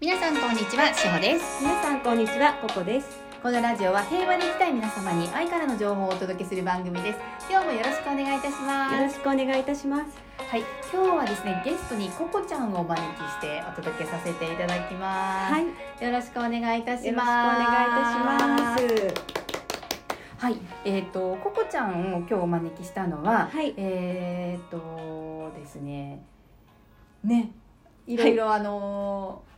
皆さんこんにちは、しほです。皆さんこんにちは、ここです。このラジオは平和で生きたい皆様に愛からの情報をお届けする番組です。今日もよろしくお願いいたします。よろしくお願いいたします。はい、今日はですね、ゲストにココちゃんをお招きしてお届けさせていただきます。はい、よよろしくお願いいたろししくおます。願いまいたしす。はい、えっ、とココちゃんを今日お招きしたのは、ます。はい、えっ、とですね、ね、いろいろあのー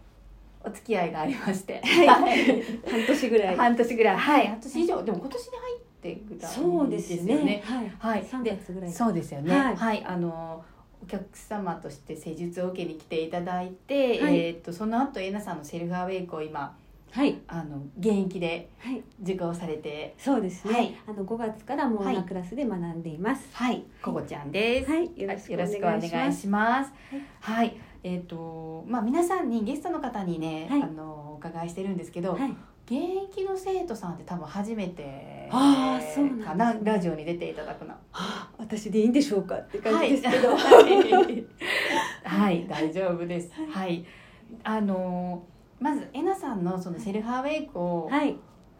お付き合いがありまして、はい半年ぐらい。半年ぐらい、はい、半年以上、でも今年に入ってぐらいそうですよね。。はい、はい、三で月ぐらい。そうですよね。は、はいいあのお客様として施術を受けに来ていただいて、はいえーっとその後エナさんのセルフアウェイクを今はい、あの現役ではい、受講されて、そうですね。はいあの五月からモーナクラスで学んでいます。はい、ここちゃんです。はい、よよろろししくくおお願願いいしましますははい。い、えーっ、とまあ皆さんにゲストの方にね、はいあのお伺いしてるんですけす。ど、はい、現役の生徒さんって多分初めてあーそうなんですねかなラジオに出ていただくの。はあ私でいいんでしょうかって感はじい、ですけど。はい、はい大丈夫です。はい、あのーまずえなさんのそのセルフアウェイクをはい、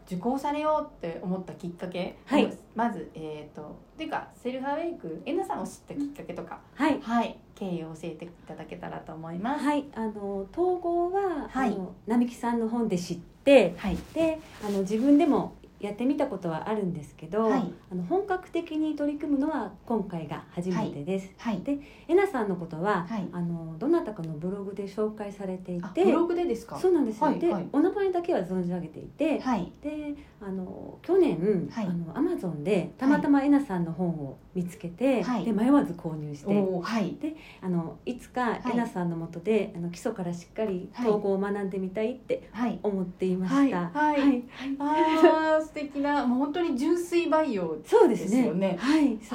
受講されようって思ったきっかけ、はいまずえっ、とっていうかセルフアウェイクえなさんを知ったきっかけとか、はい。はい経緯を教えていただけたらと思います。はい、あの統合は、はいあの並木さんの本で知ってはい、であの自分でもやってみたことはあるんですけど、はい、あの本格的に取り組むのは今回が初めてです。はい、でえなさんのことは、はいあのどなたかのブログで紹介されていあてブログでですか。そうなんですよ、はいではいお名前だけは存じ上げていて、はい、であの去年、はいあのアマゾンでたまたまえなさんの本を見つけて、はいで迷わず購入して、おーはい、あのいつかえなさんのもとで、あの基礎からしっかりはい統合を学んでみたいってはい。思っていまはしい、た。はい、ああ、素敵な、もう本当に純粋培養そうですですね。よねはい、そうです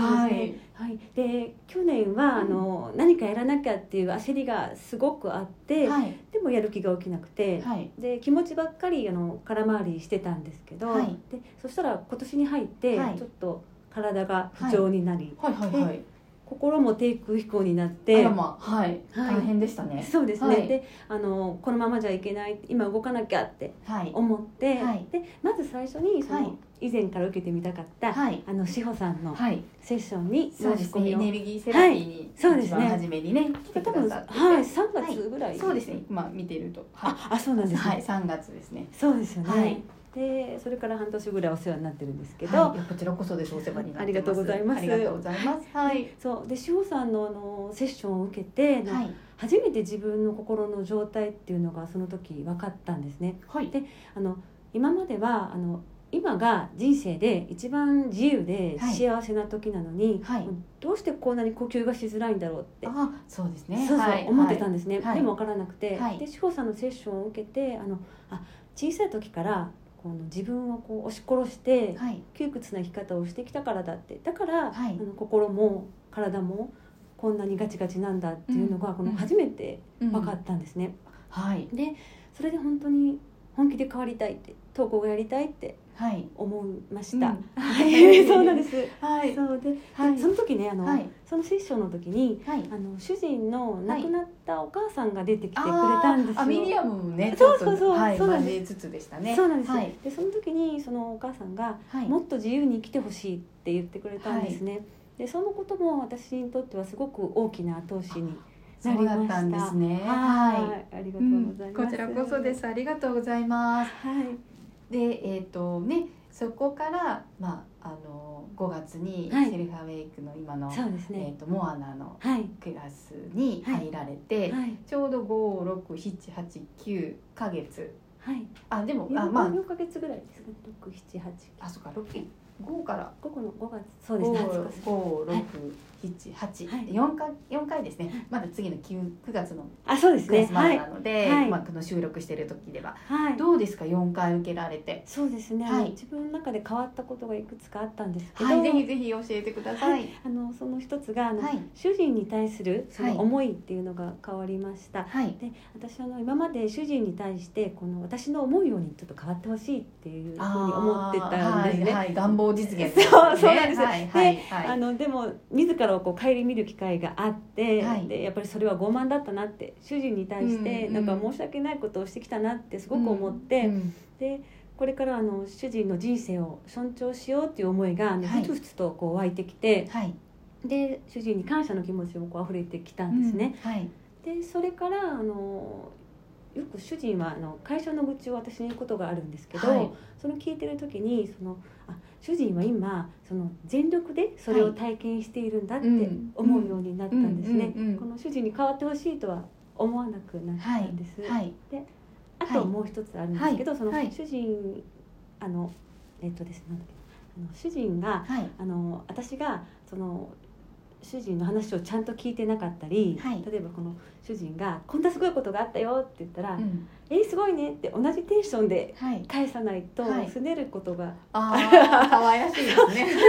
ね。はい、で去年うは、んあの何かやらなきゃっていう焦りがすごくあって、はい、でもやる気が起きなくて、はい、で気持ちばっかりあの空回りしてたんですけど、はいでそしたら今年に入って、はいちょっと体が不調になり、はいはいはい。心も低空飛行になっあてら。まあ、はい、はい大変でしたね。そうですね、はいであのこのままじゃいけない今動かなきゃってはい、思って、はいでまず最初にその、はい以前から受けてみたかった、はい、あの志保さんのはい、セッションにそう申でしす込ね。みエをネルギーセラピーにそうです一ね番初めにね来てく多分ださってて、はい、三月ぐらい、そうですね。今見てると、はあ、あ、そうなんい、ですね。はい、三月ですね。そうですよね。はいで、それから半年ぐらいお世話になってるんですけど、はいいやこちらこそですお世話になってます。ありがとうございますありがとうございます。はい、そうで志保さんのあのセッションを受けて、あのはい、初めて自分の心の状態っていうのがその時分かったんですね。はい、あの今まではあの今が人生で一番自由ではい幸せな時なのに、はいうんどうしてこんなに呼吸がしづらいんだろうってあ、そうですね。そうそう、はい思ってたんですね、はいでも分からなくて、はいで志保さんのセッションを受けてあのあ小さい時からこの自分をこう押し殺して、はい、窮屈な生き方をしてきたからだってだから、はいあの心も体もこんなにガチガチなんだっていうのが、うんこうのん初めてうん分かったんですね、はい、でそれで本当に本気で変わりたいって投稿がやりたいってはい、思いました、うんはい そうなんです、はそうで,で、はいその時ねあの、はいそのセッションの時にはい。あの主人のは亡いくなったお母さんが出てきてくあれたんですよ。ーあミディアムもねそうそうそうちょっとはい、そうなん交ですえつつでしたねそうなんですよ、はいでその時にそのお母さんが、はいもっと自由に生きてほしいって言ってくれたんですね。でそのことも私にとってはすごく大きな後押しにそなりうました。だったんですねはい、ありがいとうございます。。こちらこそですすありがとうございますはいでえっ、とねそこからまああの5月にはいセルフアウェイクの今の、そうですえねっ。とモアナのはいクラスに入られて、はいちょうど56789ヶ月はい。あでもああままああ四ヶ月ぐらいですかね。六七八。あそっか6 5からここの五月そうですね。 5 20五はい六七八はい四回四回ですね。まだ次の九九月のあそうですクラね。スまはでいなので、はいまあこの収録してる時でははい。どうですか四回受けられて。そうですね、はい自分の中で変わったことがいくつかあったんですけど、はい、ぜひぜひ教えてください。あのその一つがあの、はい主人に対するそはいの思いっていうのが変わりました、はいで私あの今まで主人に対してこの私の思うようにちょっと変わってほしいっていうふうに思ってたんですね、はいはい、願望行実現、そうそうなんですよはいはいはいあのでも自らをこう顧みる機会があって、はいでやっぱりそれは傲慢だったなって主人に対して、うんうんなんか申し訳ないことをしてきたなってすごく思って、うんでこれからあの主人の人生を尊重しようっていう思いがあのはいふつふつとこう湧いてきて、はいで主人に感謝の気持ちもこう溢れてきたんですね。、うんはいでそれからあのよく主人はあの会社の愚痴を私に言うことがあるんですけど、はいその聞いてる時にそのあ主人は今その全力でそれを体験しているんだってうん思うようになったんですねうんうんうんうん。この主人に変わってほしいとは思わなくなったんです。はいあはいともう一つあるんですけど、はいそのはい主人、あのえっとですねなんだっけあの主人がはいあの私がその主人の話をちゃんと聞いてなかったり、はい例えばこの主人が「こんなすごいことがあったよ」って言ったら「うんえーすごいね」って同じテンションではい返さないとはい拗ねること がああ可愛らしいですね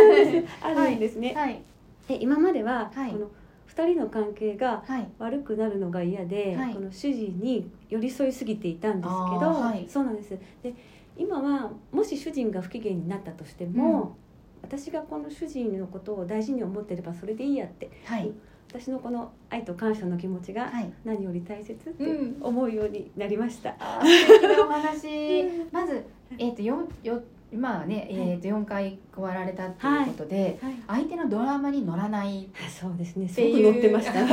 あるんです ね。はいで今までは、はいこの2人の関係がはい悪くなるのが嫌で、はいこの主人に寄り添いすぎていたんですけど、あーはいそうなんですで今はもし主人が不機嫌になったとしても、私がこの主人のことを大事に思ってればそれでいいやってはい私のこの愛と感謝の気持ちがはい何より大切ってうん思うようになりました。あー素敵なお話うんまずえっ、とよよまあねえっ、と四回加えられたっていうことで、はい、相手のドラマに乗らないあそうですねっすてごくいう。乗ってました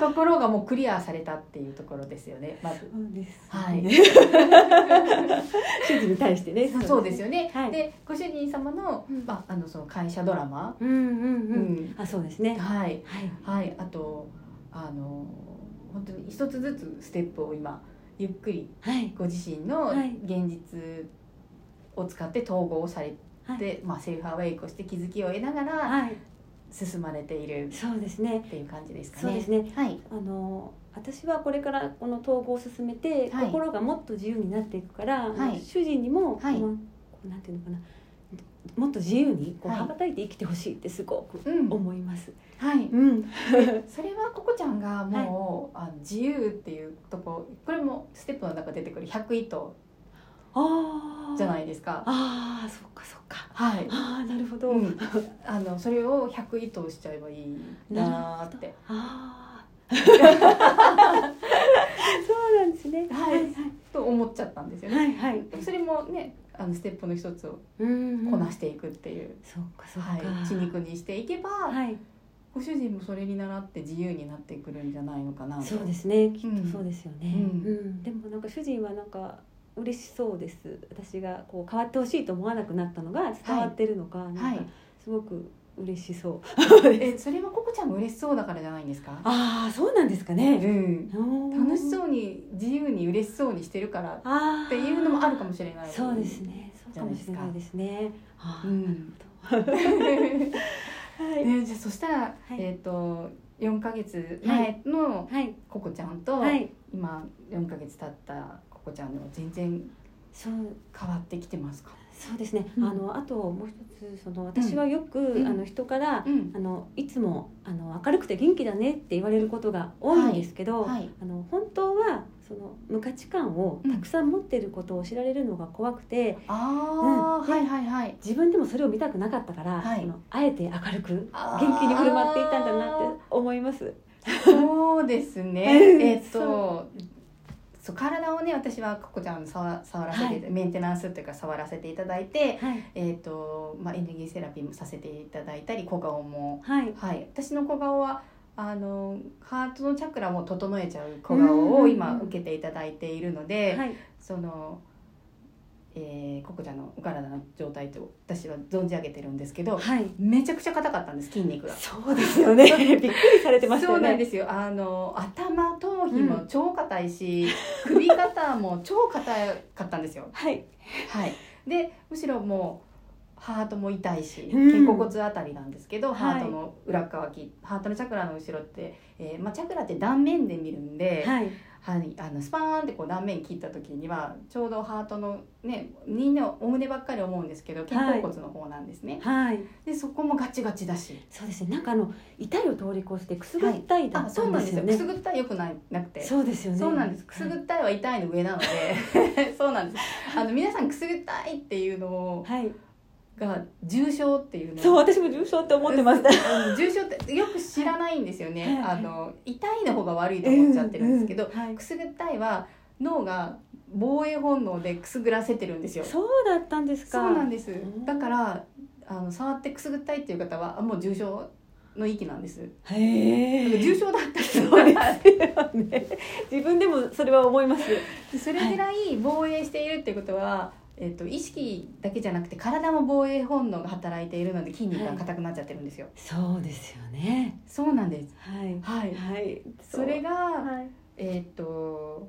ところがもうクリアされたっていうところですよねまず。そうですはい、 主人に対してねそうですよね。はいで、ご主人様の、うんまあ、あの、その会社ドラマ。うんううんうん、んあそうですねはい、ははいい、あと、あの、本当に一つずつステップを今。ゆっくり、はいご自身のはい現実。を使って統合をされて、はいまあ、セルフアウェイクをして気づきを得ながら、はい進まれている。そうですねっていう感じですかね。そうですねはい。あの私はこれからこの統合を進めて、はい心がもっと自由になっていくから、はい主人にも、はいこのこうなんていうのかなもっと自由にこうはい羽ばたいて生きてほしいってすごくうん、思います。はい、うん、それはココちゃんがもう、あの自由っていうとここれもステップの中出てくる100以頭ああ。じゃないいですかああそっかそっか。はいああなるほど。うん、あのそれを100以頭しちゃえばいいなーっ てああ。そうなんですね。はいはいと思っちゃったんですよね。はいはい。でもそれもねあのステップの一つをうんうんこなしていくっていう、そうかそうか。はい、血肉にしていけば、はい。ご主人もそれに習って自由になってくるんじゃないのかなとそうですねきっうんとそうですよね、うんうんでもなんか主人はなんか嬉しそうです私がこう変わってほしいと思わなくなったのが伝わってるのか、なはんかいすごく嬉しそう、えそれはココちゃんも嬉しそうだからじゃないんですか ああそうなんですかね、うん、楽楽しそうに自由に嬉しそうにしてるからっあーていうのもあるかもしれないそうですねそうかもしれないですねあーうんはい、 ね、じゃあそしたら、いえっ、と4ヶ月前のはいココちゃんと、はい今4ヶ月経ったココちゃんでは全然そう変わってきてますか、そうですね、うんあのあともう一つその私はよく、んあの人からんあのいつもあの明るくて元気だねって言われることが多いんですけど、はいあの本当はその無価値観をたくさん持っていることを知られるのが怖くて、ああ、うんはいはいはい自分でもそれを見たくなかったから、はいあのあえて明るくあー元気に振る舞っていたんだなって思います。そうですねえっとそう体をね私はココちゃんの触触らせて、はいメンテナンスというか触らせていただいて、はい、えっとまあ、エネルギーセラピーもさせていただいたり小顔もはい、はい、私の小顔はあのハートのチャクラも整えちゃう小顔うんうんうをん今受けていただいているので、はい、その、えー、ココちゃんのお体の状態と私は存じ上げてるんですけどはい、めちゃくちゃ硬かったんです筋肉が。そうです よね。びっくりされてましたそようなんね。ですよあの頭頭皮うもん超硬いし、首肩も超硬かったんですよ。はい、はい、でむしろもうハートも痛いしうん肩甲骨あたりなんですけど、はいハートの裏側きハートのチャクラの後ろって、えーまあ、チャクラって断面で見るんで、はいはい、あのスパーンってこう断面切った時にはちょうどハートのねみんなお胸ばっかり思うんですけど肩甲骨の方なんですね、はい、でそこもガチガチだしそうですね。なんかあの痛いを通り越してくすぐったいだあったそうんなでんですすよよくすぐね。ったいよくないなくてそうですよね。そうなんです。くすぐったいは痛いの 上なので、そうなんです。あの皆さんくすぐったいっていうのをはい、が重症っていうのそう私も重症って思ってましたうん重症ってよく知らないんですよねはいあの痛いの方が悪いと思っちゃってるんですけど、うんうんはいくすぐったいは脳が防衛本能でくすぐらせてるんですよそうだったんですかそうなんですんだからあの触ってくすぐったいっていう方はあもう重症の域なんですなんへえか重症だったそそううでですよね自分でもそれは思いますす それぐらい防衛しているっていうことは、えっと意識だけじゃなくて体も防衛本能が働いているので筋肉が硬くなっちゃってるんですよ、そうですよねそうなんですはいはいはいそれがが、えーっと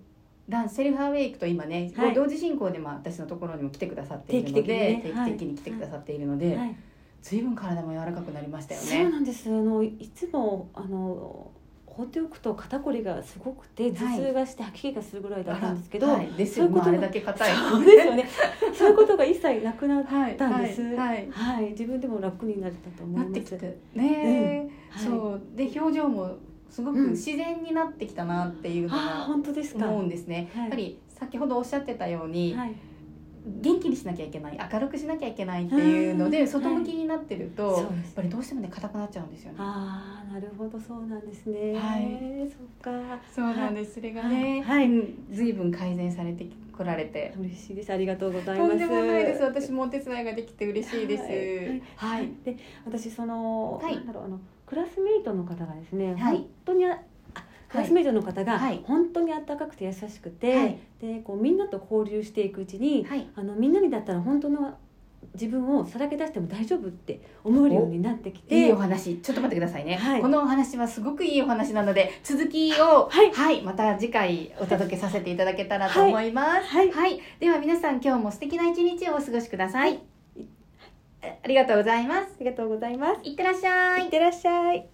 ダンセルフアウェイクと今ね、はい同時進行でも私のところにも来てくださっているので定期的にねはい定期的に来てくださっているので、はい随分体も柔らかくなりましたよそうね。なんですあのいつもあの放っておくと肩こりがすごくて頭痛がして吐き気がするぐらいだったんですけど、あらはい、ですよそういうこまとああれだけ硬いそうです よねそういうことが一切なくなっはいたんですはいはいはい、自分でも楽になれたと思ないっますてきてね、はい、そうで表情もすごくうん自然になってきたなっていうのああが本当ですか思うんですね。はいやっぱり先ほどおっしゃってたように、はい元気にしなきゃいけない明るくしなきゃいけないっていうのうでん外向きになってると、そうやっですぱりどうしてもね硬くなっちゃうんですよね。ああなるほどそうなんですねはいそっかそうなんです、それがね、はいうん随分改善されてこられて。嬉しいですありがとうございとますんでもないです、私もお手伝いができて嬉しいです。ははいい、、で私その、はいなんだろうあのクラスメイトの方がですね、はい本当にああクラスメイトの方がはい本当に温かくて優しくて、はいでこうみんなと交流していくうちにはい、あのみんなにだったら本当の自分をさらけ出しても大丈夫って思えるようになってきていいお話、ちょっと待ってくださいね、はいこのお話はすごくいいお話なので、続きを、はいまた次回お届けさせていただけたらと思います。はいはいでは皆さん、今日も素敵な一日をお過ごしください。あありがとうございます。ありがとうございますいってらっしゃいいっ。てらっしゃい